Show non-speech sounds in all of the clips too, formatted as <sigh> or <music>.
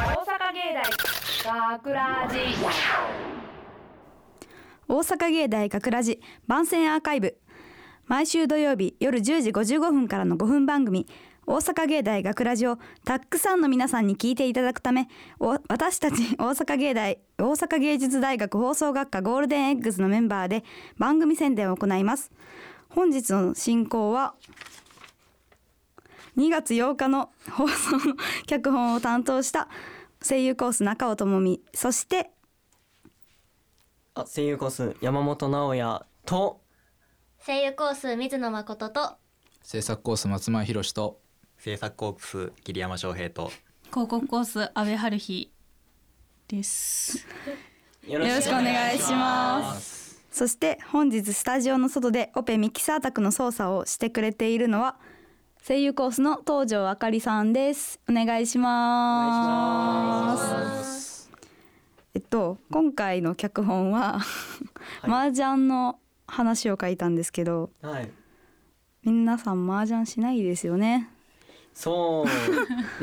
芸大学ラジ大阪芸大学ラジ番宣アーカイブ毎週土曜日夜10時55分からの5分番組大阪芸大学ラジをたくさんの皆さんに聞いていただくためお私たち <laughs> 大阪芸大大阪芸術大学放送学科ゴールデンエッグズのメンバーで番組宣伝を行います本日の進行は2月8日の <laughs> 放送の脚本を担当した声優コース中尾智美そしてあ声優コース山本直哉と声優コース水野誠と制作コース松前宏と制作コープス桐山翔平と広告コース安倍春日です。よよろしくお願いします。そして本日スタジオの外でオペミキサー宅の操作をしてくれているのは声優コースの東條あかりさんです。お願いします。えっと今回の脚本は、麻雀の話を書いたんですけど、はい皆さん麻雀しないですよね。そ う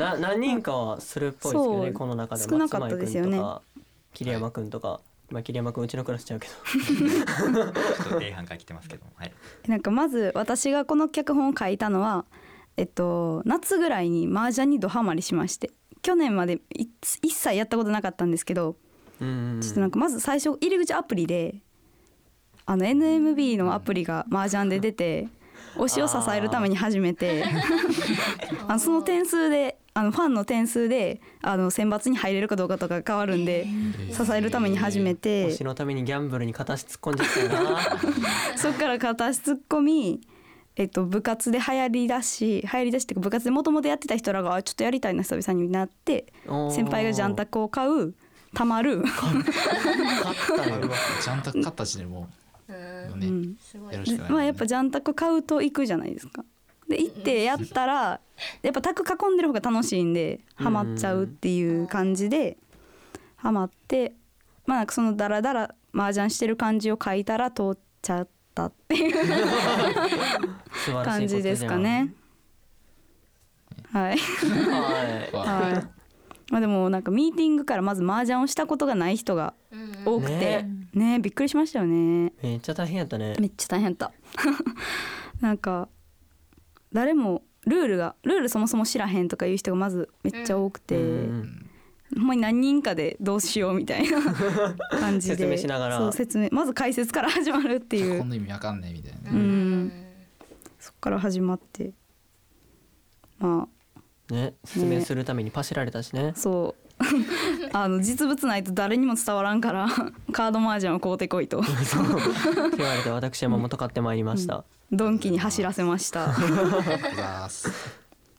<laughs> な何人かはするっぽいですけどそねうこの中で少なかったですよね松前君とか桐山君とかまあ桐山君うちのクラスちゃうけどちょっと礼拝から来てますけども、はい、なんかまず私がこの脚本を書いたのは、えっと、夏ぐらいに麻雀にドハマりしまして去年までい一切やったことなかったんですけどうんちょっとなんかまず最初入り口アプリであの NMB のアプリが麻雀で出て推しを支えるために始めて <laughs> あのその点数であのファンの点数であの選抜に入れるかどうかとか変わるんで支えるために始めて。推しのためにギャンブルに片足突っ込んじゃったよなそっから片足突っ込み、えっと、部活で流行りだし流行りだしっていうか部活でもともとやってた人らがあちょっとやりたいな久々になって <laughs> おー先輩がジャンタクを買うたまる、勝ったよちゃんと形でもうう、んねうんすごいよろしくお願いしますまあやっぱジャンタク買うと行くじゃないですか。で行ってやったらやっぱ卓囲んでる方が楽しいんでハマっちゃうっていう感じでハマってまあなんかそのダラダラ麻雀してる感じを書いたら通っちゃったっていう素晴らしいことゃん感じですかね。はい、はいははい。 <laughs> まあでもなんかミーティングからまず麻雀をしたことがない人がうん多くてねねびっくりしましたよね。めっちゃ大変やったねめっちゃ大変だった。 <laughs> なんか誰もルールがルールそもそも知らへんとかいう人がまずめっちゃ多くて、うんほんまに何人かでどうしようみた <laughs> いな感じで説明しながらそう説明まず解説から始まるっていい、こうんな意味わかんねえみたいな、うんそこから始まってまあね説明するためにパシられたしねそう <laughs> あの実物ないと誰にも伝わらんからカードマージャンを買うてこいとって言われて私山本買ってまいりました、ドンキに走らせました <laughs> うわーす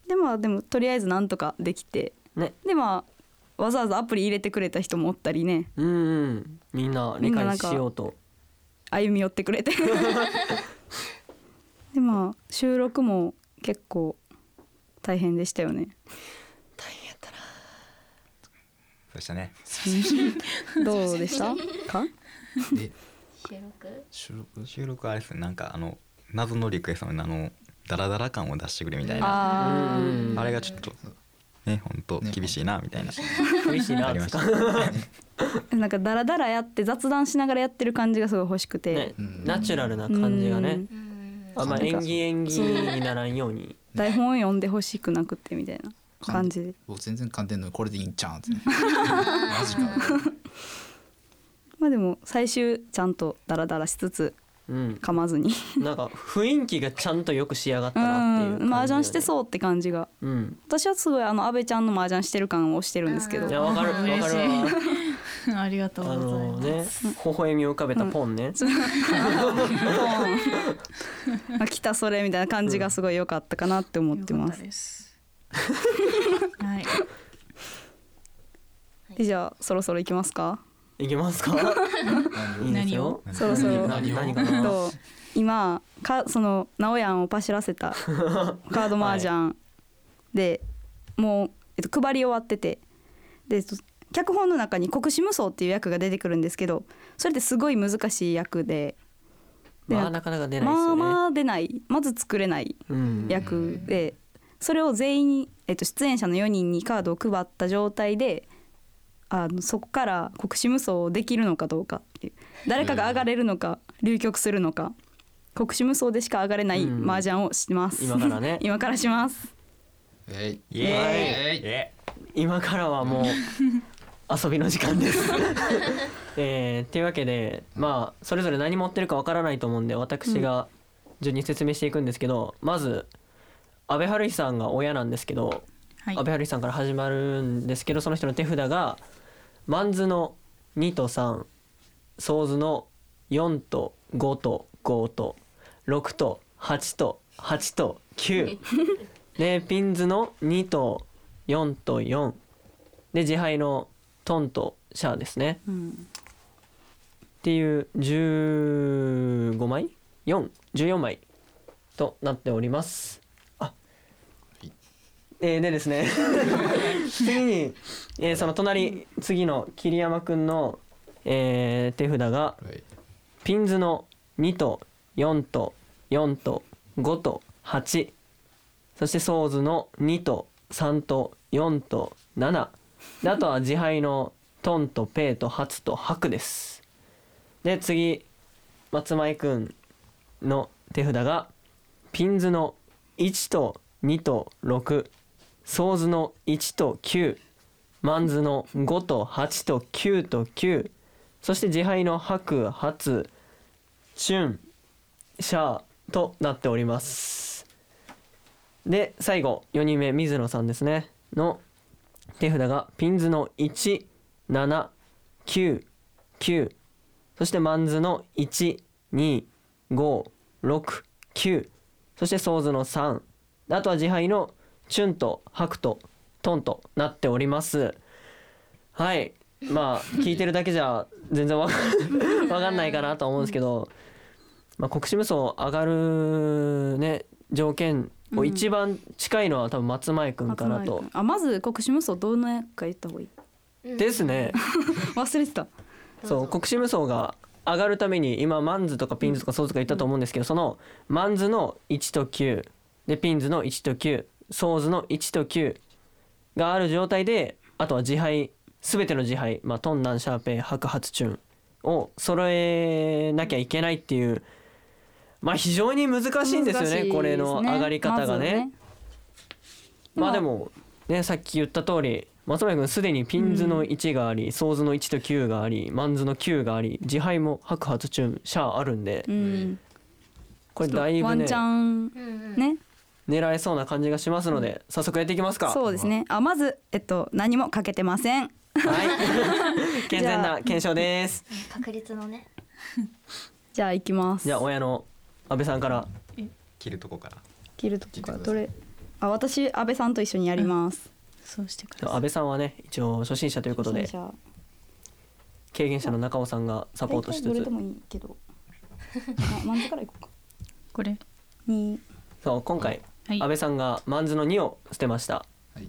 でまあでもとりあえずなんとかできてねでまあわざわざアプリ入れてくれた人もおったりねうんうんみんな理解しようと歩み寄ってくれてでまあ収録も結構大変でしたよねそうしたねどうでした <laughs> かで収録収録収録はあれですねなんかあの謎のリクエストのあのダラダラ感を出してくれみたいなああうんうんれがちょっとね本当ね厳しいなみたいな、厳しいなありましたーなんかダラダラやって雑談しながらやってる感じがすごい欲しくて、ねうんナチュラルな感じがうねんうんあんま演技演技にならんように台本を読んでほしくなくてみたいな感じで僕全然勘でんのにこれでいいんちゃうんって、マジかまあでも最終ちゃんとダラダラしつつうん噛まずになんか雰囲気がちゃんとよく仕上がったうなっていう感じ、ん麻雀してそうって感じがううん私はすごいあの安倍ちゃんの麻雀してる感をしてるんですけどいちやょわかるわうんかる嬉わありがとうあございのます。ね微笑みを浮かべたポンね、ポン <laughs> あ来たそれみたいな感じがすごい良かったかなって思ってまよかすたです。はい。たでじゃあそろそろ行きます <laughs> かいけますかいいですよそろそろ何何かえっなと今かその直哉をパシらせ <laughs> たカードマージャンで、もう、えっと、配り終わっててでえっと脚本の中に国士無双っていう役が出てくるんですけどそれってすごい難しい役ででまあなかなか出ないですまよあね、まあ出ないまず作れないうん役で、それを全員に、えっと、出演者の4人にカードを配った状態であのそこから国士無双できるのかどうかっていう誰かが上がれるのか流局するのか国士無双でしか上がれないうん麻雀をします、今からね <laughs> 今からしますえいイエえーイえ今からは <laughs> もう遊びの時間です。 <laughs> えー、というわけでまあそれぞれ何持ってるかわからないと思うんで私が順に説明していくんですけど、まず安倍晴日さんが親なんですけど、はい安倍晴日さんから始まるんですけどその人の手札がマンズの2と3ソーズの4と5と5と6と8と8と9 <laughs> でピンズの2と4と4で自敗のトンとシャアですねうんっていう15枚414枚となっておりますあえー、でですね <laughs> 次に、えーその隣次の桐山くんの、えー手札がはいピンズの2と4と4と5と8そしてソーズの2と3と4と7であとは自敗のトンとペイとハツとハクですで次松前くんの手札がピンズの1と2と6ソーズの1と9マンズの5と8と9と9そして自敗の白発チュンシャーとなっておりますで最後4人目水野さんですねの手札がピンズの179そしてマンズの12569そしてソーズの3あとは自敗のチュンとハクとトンとなっておりますはいまあ聞いてるだけじゃ全然わか <laughs> わかんないかなと思うんですけど、まあ、国士無双上がるね条件を一番近いのは多分松前君からと、松前君あまず国士無双どのやつか言った方がいいうんですね忘れてたどうそうぞ国士無双が上がるために今マンズとかピンズとかソーズとか言ったと思うんですけど、そのマンズの1と9でピンズの1と9ソーズの1と9がある状態であとは自敗全ての自敗、まあ、トンナンシャーペイ白髪チュンを揃えなきゃいけないっていうまあ非常に難しいんですよ難しいねこれの上がり方がまずね。まあでもねさっき言った通り松前君すでにピンズの1があり、ソーズの1と9がありマンズの9があり自敗も白髪チュンシャアあるんで、うんこれだいワぶねンチャンうんうんね狙えそうな感じがしますので早速やっていきますかそうですねあまずえっと何もかけてません <laughs> はい健全じゃなあ検証です確率のねじゃあ行きますじゃあ親の安倍さんから切るとこから切るとこからどれあ私安倍さんと一緒にやります、そうしてくださ安倍さんはね一応初心者ということでじゃあ経験者の中尾さんがサポートしつ大体どれつでもいいけどあマンズからいこうかいこれにそう今回はい安倍さんがマンズの2を捨てましたはい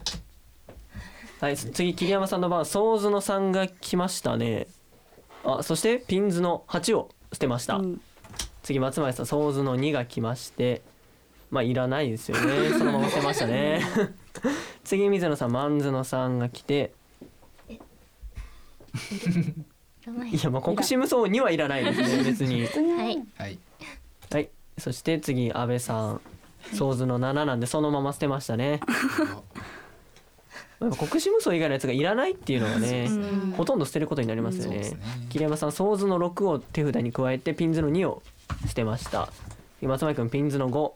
はい、す次桐山さんの番ソーズの3が来ましたねあそしてピンズの8を捨てました、うん次松前さんソーズの2が来ましてまあいらないですよ <laughs> ねそのまま捨てましたね <laughs> 次水野さんマンズの3が来てうまいいやまあ国士無双にはいらないです <laughs> ね別にはいはいはいそして次安倍さんソーズの7なんでそのまま捨てました <laughs> ねあまあ国士無双以外のやつがいらないっていうのがねうんほとんど捨てることになりますよそうねですね桐山さんソーズの6を手札に加えてピンズの2を捨てました松前君ピンズの5、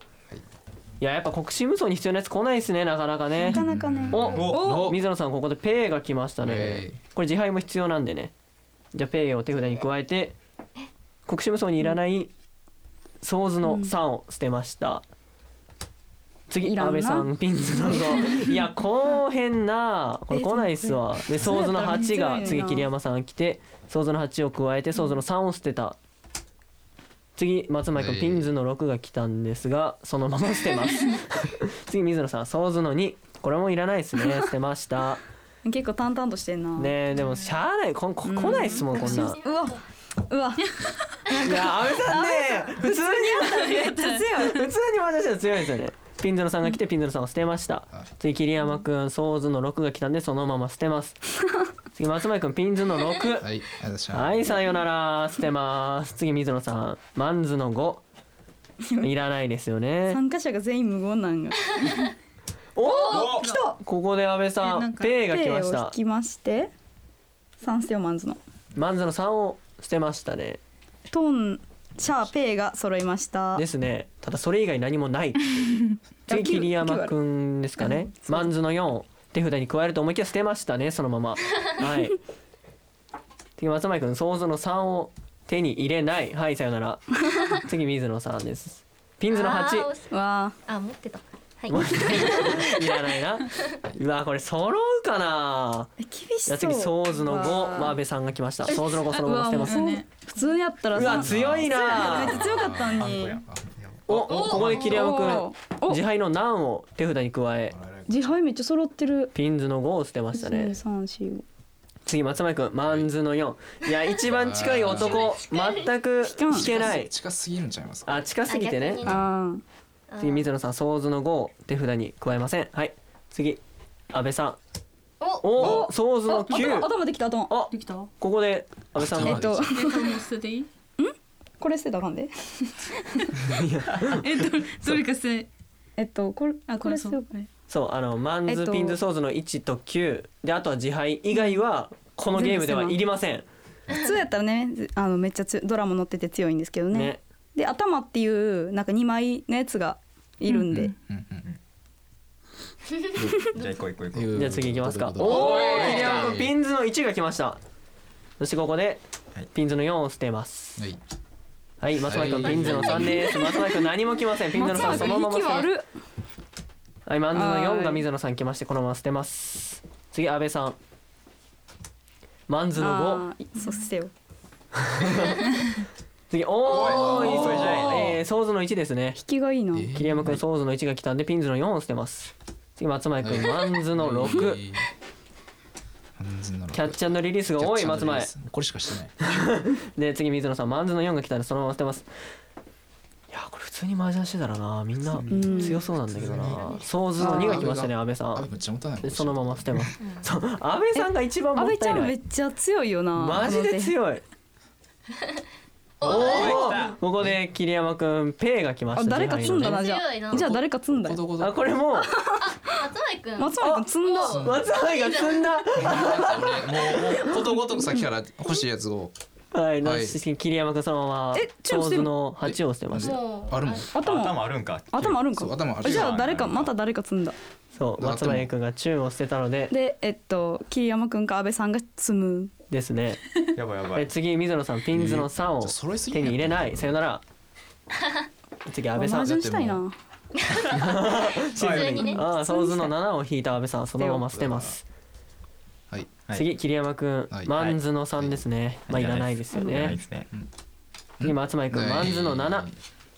い、ややっぱ国士無双に必要なやつ来ないですねなかなかねなかなかねおお水野さんここでペイが来ましたね、えこれ自敗も必要なんでねじゃあペイを手札に加えて国士無双にいらないソーズの3を捨てました、い次らんな安倍さんピンズ <laughs> の5いやこうへんなこれ来ないっすわでソーズの8が次桐山さん来てソーズの8を加えてソーズの3を捨てた次松前君ピンズの6が来たんですがそのまま捨てます <laughs> 次水野さんソーズの2これもいらないですね捨てました結構淡々としてんなねえでもしゃあないこんこ来ないっすもんこんなんうわうわいや阿部さんね普通にめっちゃ強い普通に私は強いですよねピンズのさんが来てピンズのさんを捨てましたはい次桐山くんソーズの6が来たんでそのまま捨てます次松前くんピンズの6はい、ありがとうございましたはいさよなら捨てます次水野さんマンズの5いらないですよね参加者が全員無言なんがおお来たここで安倍えさなんんかペイが来ペまイしを引たきまして三セオマンズのマンズの3を捨てましたねトンシャーペイが揃いましたですねただそれ以外何もない次桐山くんですかねマンズの4を手札に加えると思いきや捨てましたねそのままはい次松前くん想像の3を手に入れないはいさよなら次水野さんですピンズのあー8惜しいわあ持ってたはいもう <laughs> いらないなうわこれ揃うかなー厳しじそゃうあ次ソーズの5わまーあ安倍さんが来ましたソーズの5そのまま捨てますうわうもうね普通やったらわさ強いなめっちゃ強かったのにおここで桐山くんお自敗の難を手札に加え自敗めっちゃ揃ってるピンズの5を捨てましたね三四五次松前くんマンズの4いや一番近い男全く引けない近すぎるんちゃいますか。あ近すぎてあね逆にあーあー次水野さん想像の5を手札に加えませんはい次安倍さんおおお想像のあ頭9頭できた頭あできたえここで安倍さんえがっとこれも捨てていいこれ捨てたらあかんでえどどれか捨てえっとこれあここれれ捨そてよううこれそうあのマンえっズとピンズ想像の1と9であとは自敗以外はこのゲームではいりません普通やったらねずあのめっちゃつドラマ載ってて強いんですけどねねで頭っていうなんか2枚のやつがいるんで、うんうんじゃあ行こう行こう行こいううじゃあ次いきますかどういうことおお桐山くんピンズの1が来ましたそしてここではいピンズの4を捨てますはい。はい、松前くんはいピンズの三です。松前くん何も来ません。ピンズの三そのまま捨てます。るはい、マンズの四はがい水野さん来ましてこのまま捨てます。次安倍さん。マンズの五。そしてよ次おーい、おーそれじゃない。えー、ソーズの一ですね。引きがいいな、え桐山くんソーズの一が来たんでピンズの四を捨てます。次松前くんマンズの六。えー。完全なのキャッチャーのリリースが多い松前。。これしかしてない。で次水野さんマンズの四が来たんでそのまま捨てます。いやーこれ普通に麻雀してたらなみんなん強そうなんだけどな。ソーズの二が来ましたね安倍さんあ。めっちゃ持たない。でそのまま捨てます。 <laughs> そう、安倍さんが一番安もっ倍ちたゃいんなめい。っちゃ強いよなマジでい <laughs> 強い。おおー、ここで桐山くんペイが来ましあた。誰か積んだな自じゃ強いあなじゃあ誰か積んだこよどこ販のね。あ、どこ。これもう松前くん松前君積んだお松原が積んだ。俺もうことごとくさっきから欲しいやつを。はい、なし桐山くんそのままえちょっと捨長てズるの八を捨てました。もうあるもん。う頭頭あるんか頭あるんそうか頭あるじゃあ誰かまた誰か積んだそう、松原くんが中を捨てたのででえっと桐山君か安倍さんが積むですね。やばいやばえい次水野さんピンズの三をじゃあ揃いすぎ手に入れない。さよなら。次安倍さマーんジ。ョンしたいな普通にねああ、ソーズの七を引いた安倍さんそのまま捨てます。はい。はい次桐山くん、はいマンズの三ですね、はいまあいらないですよいらないねですね次松前くん、はいマンズのは七い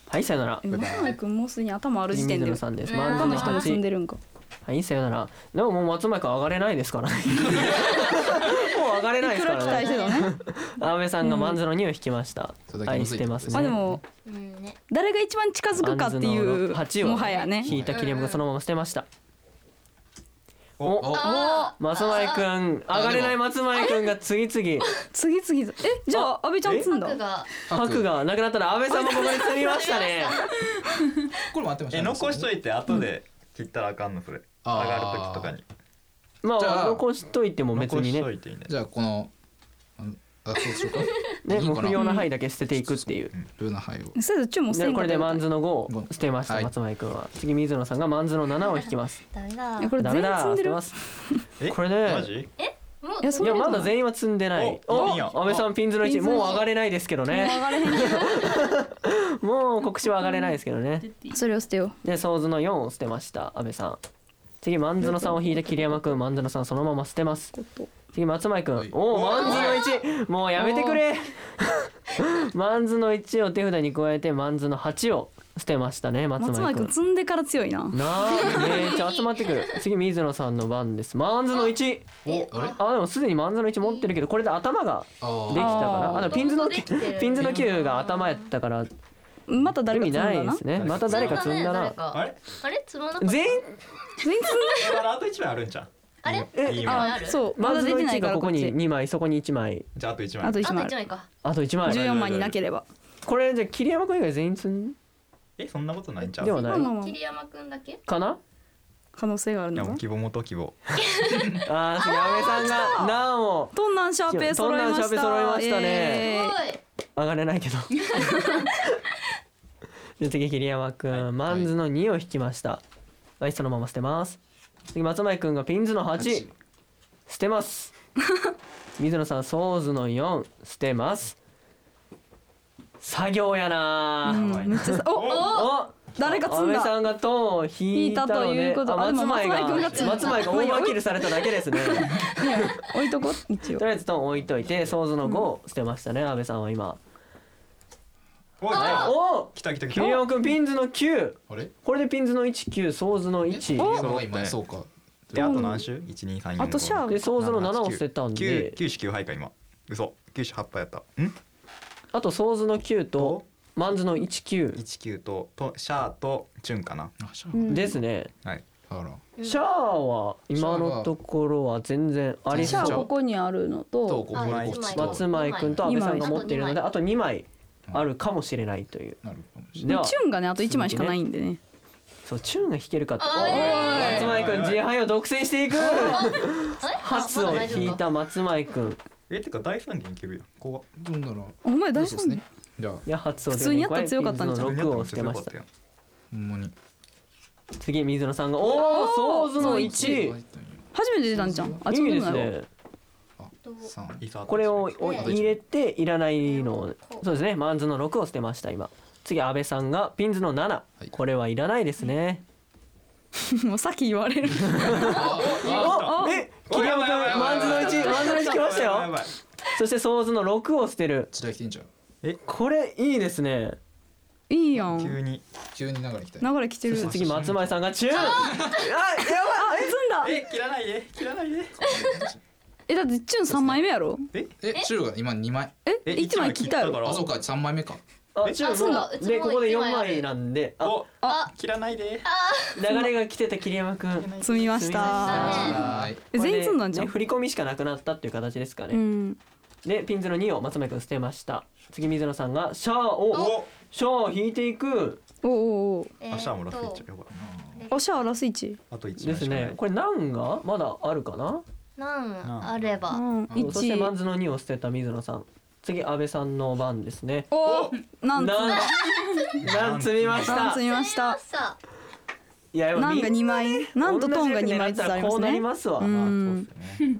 はいさよならえ松前君もうすでに頭ある時水点で野他さんですうんマンズのの人も積ん八でるんかはいさよならでももう松前くん上がれないですからねもう上がれないいでくすからら期待しねてたね安倍さんがマンズの二を引きました、それだはけいむず捨いっててこまとですすねあでねもうんね誰が一番近づくかっていうマンズのもはやね引いた桐山くんそのまま捨てましたおおあ松前くん上がれない松前くんが次々次々とえじゃあ安倍ちゃん積んーだ僕が白がなくなったら安倍さんもここに積みましたねこれ待ってました。え残しといて後で切ったらあかんのそれあー上がる時とかにまじあゃあ残しといても別残にしねといていいねじゃあこのあのあそうしようか。 <laughs> ね、いいもかうな不要な範囲だけ捨てていくっていう。ルーナハイを。そうやチュも捨てでんかこっれたよでマンズの5を捨てましたはい松前くんは次水野さんがマンズの7を引きますダメだいやこれダメ全だ員積んでる捨てますえこれねマジもいやうそいんやなことまだない全員は積んでないおおいいやん安倍さんピンズのピ1ンズのも一う上がれないですけどね <laughs> もう告知は上がれないですけどね出ていいそれを捨てよでソーズの4を捨てました安倍さん次マンズの3を引いた桐山くんマンズの3そのまま捨てます次松前くんおおマンズの1もうやめてくれ <laughs> マンズの1を手札に加えてマンズの8を捨てましたねう松松前前くん君積んでから強いななあ、めっちゃ集まってくる。次水野さんの番です。マンズの一。おあれあ、でもすでにマンズの一持ってるけど、これで頭があできたかーら。あ、でもピンズのできてるピンズの球が頭やったからまた意誰か味積んだないでなすね。また誰か積んだ誰な。かあれあれつまんなかった全員全員積んだだからあと一枚あるんじゃんあれえいいあわあるそうまマだズ出のてな1いかがらここにこっ2枚そこに1枚じゃああと一ち枚あとあと1枚あ一る枚かあと1枚14枚になければこれじゃあ桐山君以外全員積んえそんなことないんちゃうではなまあいまあまあ桐山くんだけか <laughs> な可能性があるいやのもかう希望元希望あー矢部さんがなおトンナンシャーペイ揃いましたトンナンシャーペイ揃いましたねすイエーイごい上がれない <laughs> けどで次桐山君、はいマンズの2を引きましたはいそのまま捨てます次松前君がピンズの8捨てます <laughs> 水野さんソーズの4捨てます作業やなうんー、めっちゃ <laughs> さおお誰か積安ん倍ださんがトンを引いた引いのたといでうことああで松も前が松前君が積んだ松前がオーバーキルされただ <laughs> けですね置いとこう一応とりあえずトン置いといてソーズの5を捨てましたね安倍さんは今おいおお来た来た来桐た山君ピンズの9あれこれでピンズの19ソーズの1その今そうかであと何周一二三四あとシャアでソーズの7を捨てたんで九九九杯か今嘘九種八杯やったんあとソーズの9ととマンズの19一九ととシャアとチュンかなあシャうんですねはいアだからうんシャアは今のところは全然ありじそゃあシャアこうこにあるのととここにこっあち一枚と松前君と安倍さんが持っているので二枚あと2枚あるかもしれないというなるかもしれではチュンがねあと1枚しかないんでねそうチューンが弾けるかとあえ松ー前君自販を独占していくあれ初を引いた松前君えてか第三弦いけるやん怖っないどんならお前どう大し丈ます夫ねじゃあいや初を普通にやったら強かったんじゃん6を捨てましたやっほんまに次水野さんがおおソーズの1初めて出たんじゃんあちょいいっでとすないわね三たよいざこれをおね入れていらないのをそうですねマンズの6を捨てました今次安倍さんがピンズの7、いこれはいらないですね、 <laughs> もうさっき言われるおえ桐山やばいや君マばンいズの1マンズの1来ましたやばいやよばいそしてソーズの6を捨てる時代来てんじゃんえこれいいですねいいやん急に急に流れ来たよ流れ来てるそして次松前さんがチューンああ積んだえ切らないで切らないでえだってチュン3枚目やろええシュルが今二枚え1枚切ったや切ろらあそうか三枚目かやばいあチューンあそうだもうちもでここで一4枚ある枚なんであお切らないで流れが来てた桐山君積みまし積みまたしはいえ全員積んだんじゃんこれでね振り込みしかなくなったっていう形ですかね、うんでピンズの2を松前君捨てました次水野さんがシャアをおシャアを引いていくおおおえー明っ日とはもうラスイチやばいおあシャアラス1あと一枚でしすかないねこれ何がまだあるかななんあれうばんそしてマン1ズの2を捨てた水野さん次安倍さんの番ですねおなんつなんなん積みましなんた積みましたさいややっぱなんが2枚なんとトンが2枚ずつありまこすうなりねますわ、うんまあそうっすよね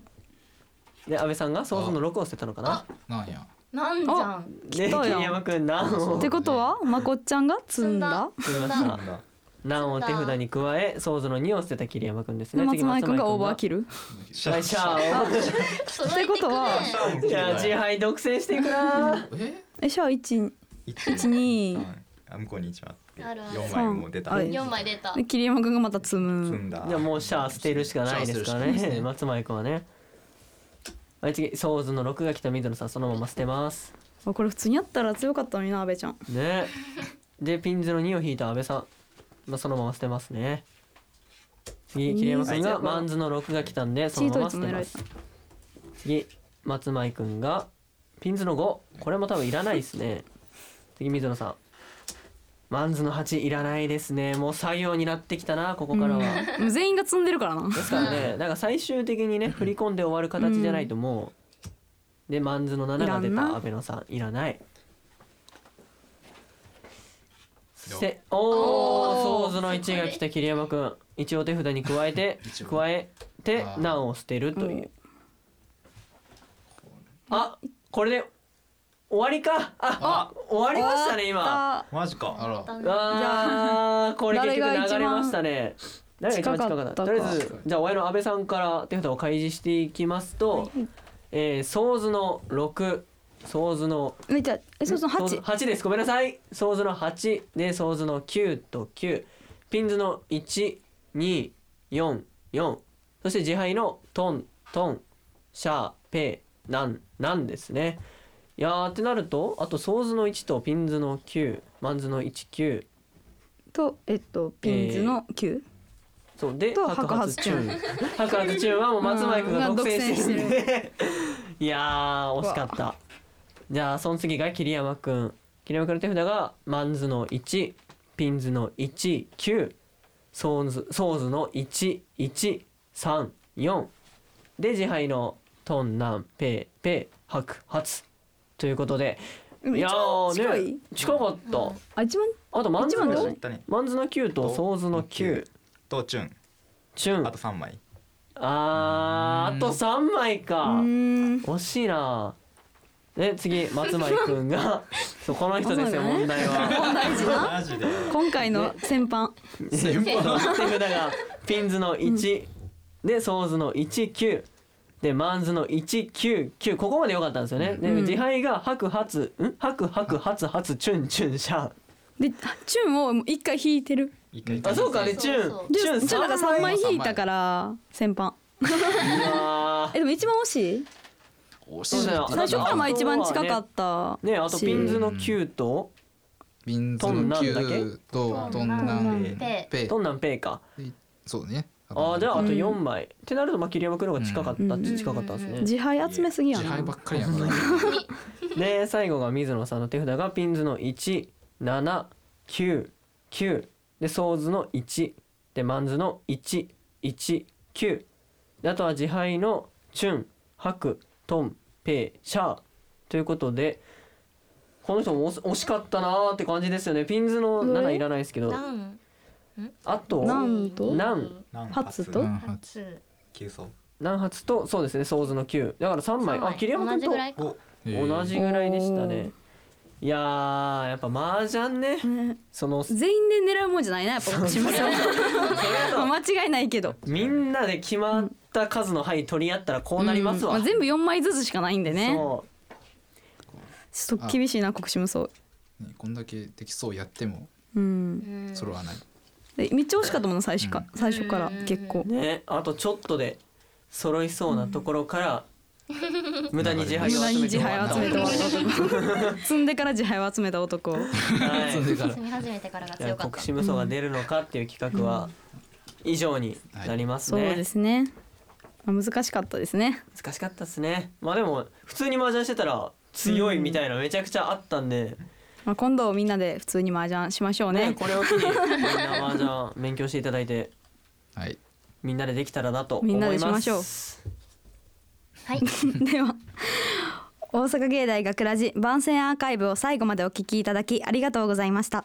で安倍さんが想像の6を捨てたのかななんやなんじゃんでた桐やん山君何をってことはまこっちゃんが積んだ積みま積んしなたんだ何を手札に加え想像の2を捨てた桐山君ですねで松前くんがオーバールキルシャシャアを揃えっててこくとはねアも切いらやない自敗独占していくなーええシャア1一12うんあ向こうに一枚あるある四枚もう出たはい積四枚出たで桐山くんがまた積むんだじゃあもうシャア捨てるしかないですからシャア捨てるしかないですねね松前君はねはい次ソーズの6が来た水野さんそのまま捨てますあこれ普通にやったら強かったのにな阿部ちゃんねでピンズの2を引いた安倍さん、まあ、そのまま捨てますね次桐山君いいがよマンズの6が来たんでそチのーまトまイツも捨偉てまいす次松前君がピンズの5これも多分いらないですね次水野さんマンズの8いらないですねもう作業になってきたなここからは。もう全員が積んでる <laughs> からなですからね、なんか最終的にね振り込んで終わる形じゃないともう、でマンズの7が出いらんたな阿部野さんいらない。そしておおソおーーズの1が来た桐山くん一応手札に加えて一応加えてあー難を捨てるという。あこれで終わりかあ終わりましたね今。あマジあからだねああこれ結誰が一局番流れましたね。誰が一番近か近った。とかっりたあかえずじゃあ親の安倍さんから手札を開示していきますと、えー、ソーズの六、ソーズのえじゃあえそうその8八です。ごめんなさい。ソーズの八でソーズの九と九、ピンズの一、二、四、四、そして自敗のトントン、シャーペーなんなんですね。いやーってなるとあとソーズの1とピンズの9マンズの19とえっとピンズの9そうでと白髪チューン白 <laughs> 白髪チューンはもう松前くんがうん独占してるんで <laughs> いやー惜しかったじゃあその次が桐山くん桐山くんの手札がマンズの1ピンズの19ソーズソーズの1134で自敗のトンナンペイペイ白髪ということでいやー近いね近かった、あ一番あとマンズ一番だよのねだねマンズの9とソーズの9とチュンチュンあと3枚あーあと三枚うかーん惜しいなで次松前くん <laughs> がそうこの人ですよ松前がね問題 <laughs> は大事なマジで今回の先般先方の手札がピンズの1、でソーズの19でマンズの199ここまで良かったんですよね、でうん自敗が白髪ん白白発発チュンチュンシャンでチュンを一回引いてる一回あそうかあれチュンそうチチュュンンだから三三枚枚引いたから先般うわえでも一番惜しいおしそうだよ最初からまあ一番近かったーねあとピンズの9とビンズトンのなんだっけ9とトンナンペペイトンナンペイかそうねあーじゃああうとん4枚、ってなるとまあ桐山君の方が近かったってうん近かったですね、自敗集めすぎや自敗ばなっかりやからで最後が水野さんの手札がピンズの1799でソーズの1でマンズの119であとは自敗のチュンハクトンペイシャーということでこの人も惜惜しかったなーって感じですよねピンズの7いらないですけどダウンあとなナんンとナンン初と初急走南発とそうですねソーズの9だから3枚あ桐山同じ君ぐとらいかお同じぐらいでしたね。いやーやっぱ麻雀ねねそのそれ全員で狙うもんじゃないなやっぱ私もさ <laughs> <laughs> と間違いないけどみんなで決まった数の牌取り合ったらこうなりますわ。うんあ全部四枚ずつしかないんでねそちょっと厳しいな国士無双ねこんだけできそうやってもうんうん揃わないでめっちゃ惜しかったもんな最初か最初から結構うねあとちょっとで揃いそうなところから、無駄に自敗無を駄に集自めて敗を集めて終わった男積んでから自敗を集めた男はいそれ <laughs> から住み始めてからがじゃ強あかっ国た士無双が出るのかっていう企画は以上になりますそうね。ですねまあ難しかったですね難しかったですねまあでも普通に麻雀してたら強いみたいなめちゃくちゃあったんで、まあ今度みんなで普通に麻雀しましょうねねこれを機にみんな麻雀勉強していただいてはいみんなでできたらなと思いみんなますでしましょうは <laughs> いでは大阪芸大学ラジ番宣アーカイブを最後までお聞きいただきありがとうございました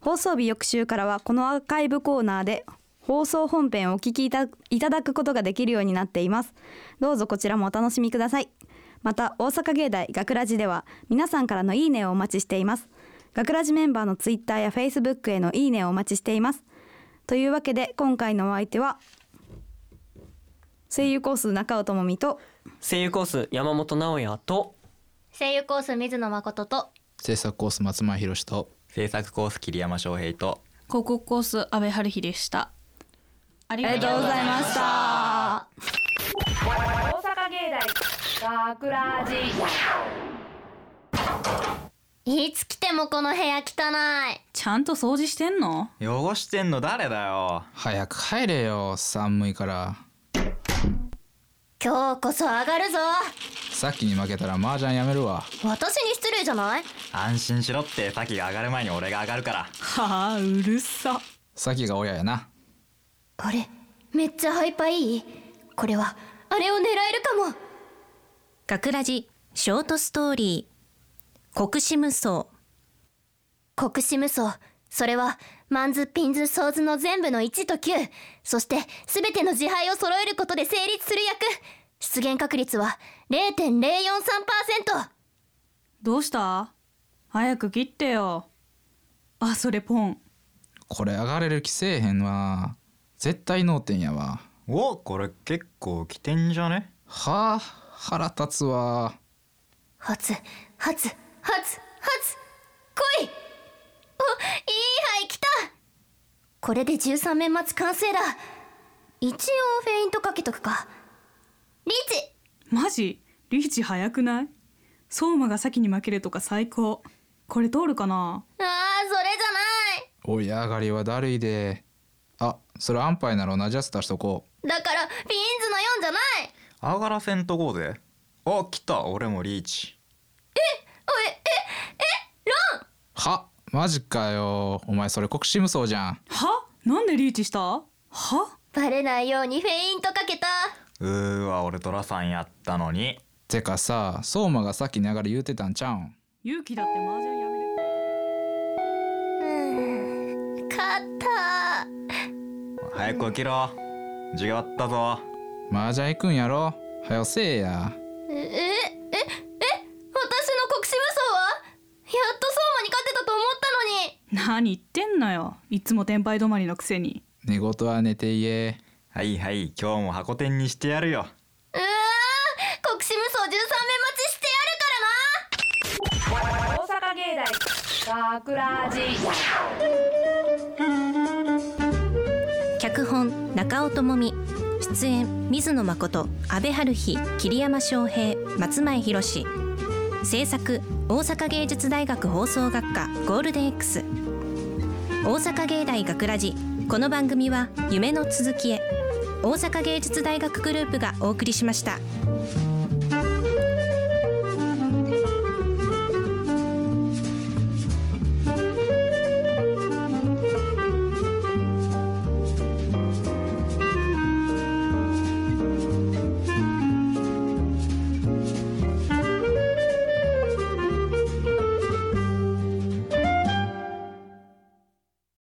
放送日翌週からはこのアーカイブコーナーで放送本編をお聞きいたいただくことができるようになっていますどうぞこちらもお楽しみくださいまた大阪芸大学ラジでは皆さんからのいいねをお待ちしています学ラジメンバーのツイッターやフェイスブックへのいいねをお待ちしていますというわけで今回のお相手は声優コース中尾智美と声優コース山本直哉と声優コース水野誠と制作コース松前宏と制作コース桐山翔平と広告コース安倍春日でしたありありがとうございました。大阪芸大学ラジいつ来てもこの部屋汚いちゃんと掃除してんの汚してんの誰だよ早く帰れよ寒いから今日こそ上がるぞさっきに負けたら麻雀やめるわ私に失礼じゃない安心しろってさきが上がる前に俺が上がるからはあうるささきが親やなあれめっちゃハイパーいいこれはあれを狙えるかも学ラジショートストーリー国士無双国士無双それはマンズピンズソーズの全部の1と9そして全ての自敗を揃えることで成立する役出現確率は0.043%どうした早く切ってよあそれポンこれ上がれる気せえへんわ絶対脳天やわおこれ結構来てんじゃねはあ腹立つわ初初初初来いおいい牌来たこれで13面待ち完成だ一応フェイントかけとくかリーチマジリーチ早くない相馬が先に負けるとか最高これ通るかなあーそれじゃないおい上がりはだるいであそれ安牌なら同じやつ出しとこうだからピンズの4じゃない上がらせんとこうぜあ来た俺もリーチおいええロンはマジかよお前それ国士無双じゃんはなんでリーチしたはバレないようにフェイントかけたうーわ俺トラさんやったのにてかさ相馬がさっき流れ言うてたんちゃうん勇気だって麻雀やめる勝った早く起きろ授業あったぞ麻雀行くんやろはよせえやええええ私の国士無双はやっと相馬に勝てたと思ったのに何言ってんのよいつも天杯止まりのくせに寝言は寝て言えはいはい今日も箱店にしてやるようわー国士無双13面待ちしてやるからな大阪芸大学ラジ脚本中尾智美出演水野誠阿部春日桐山翔平松前博史制作大阪芸術大学放送学科ゴールデン X 大阪芸大学ラジこの番組は夢の続きへ大阪芸術大学グループがお送りしました。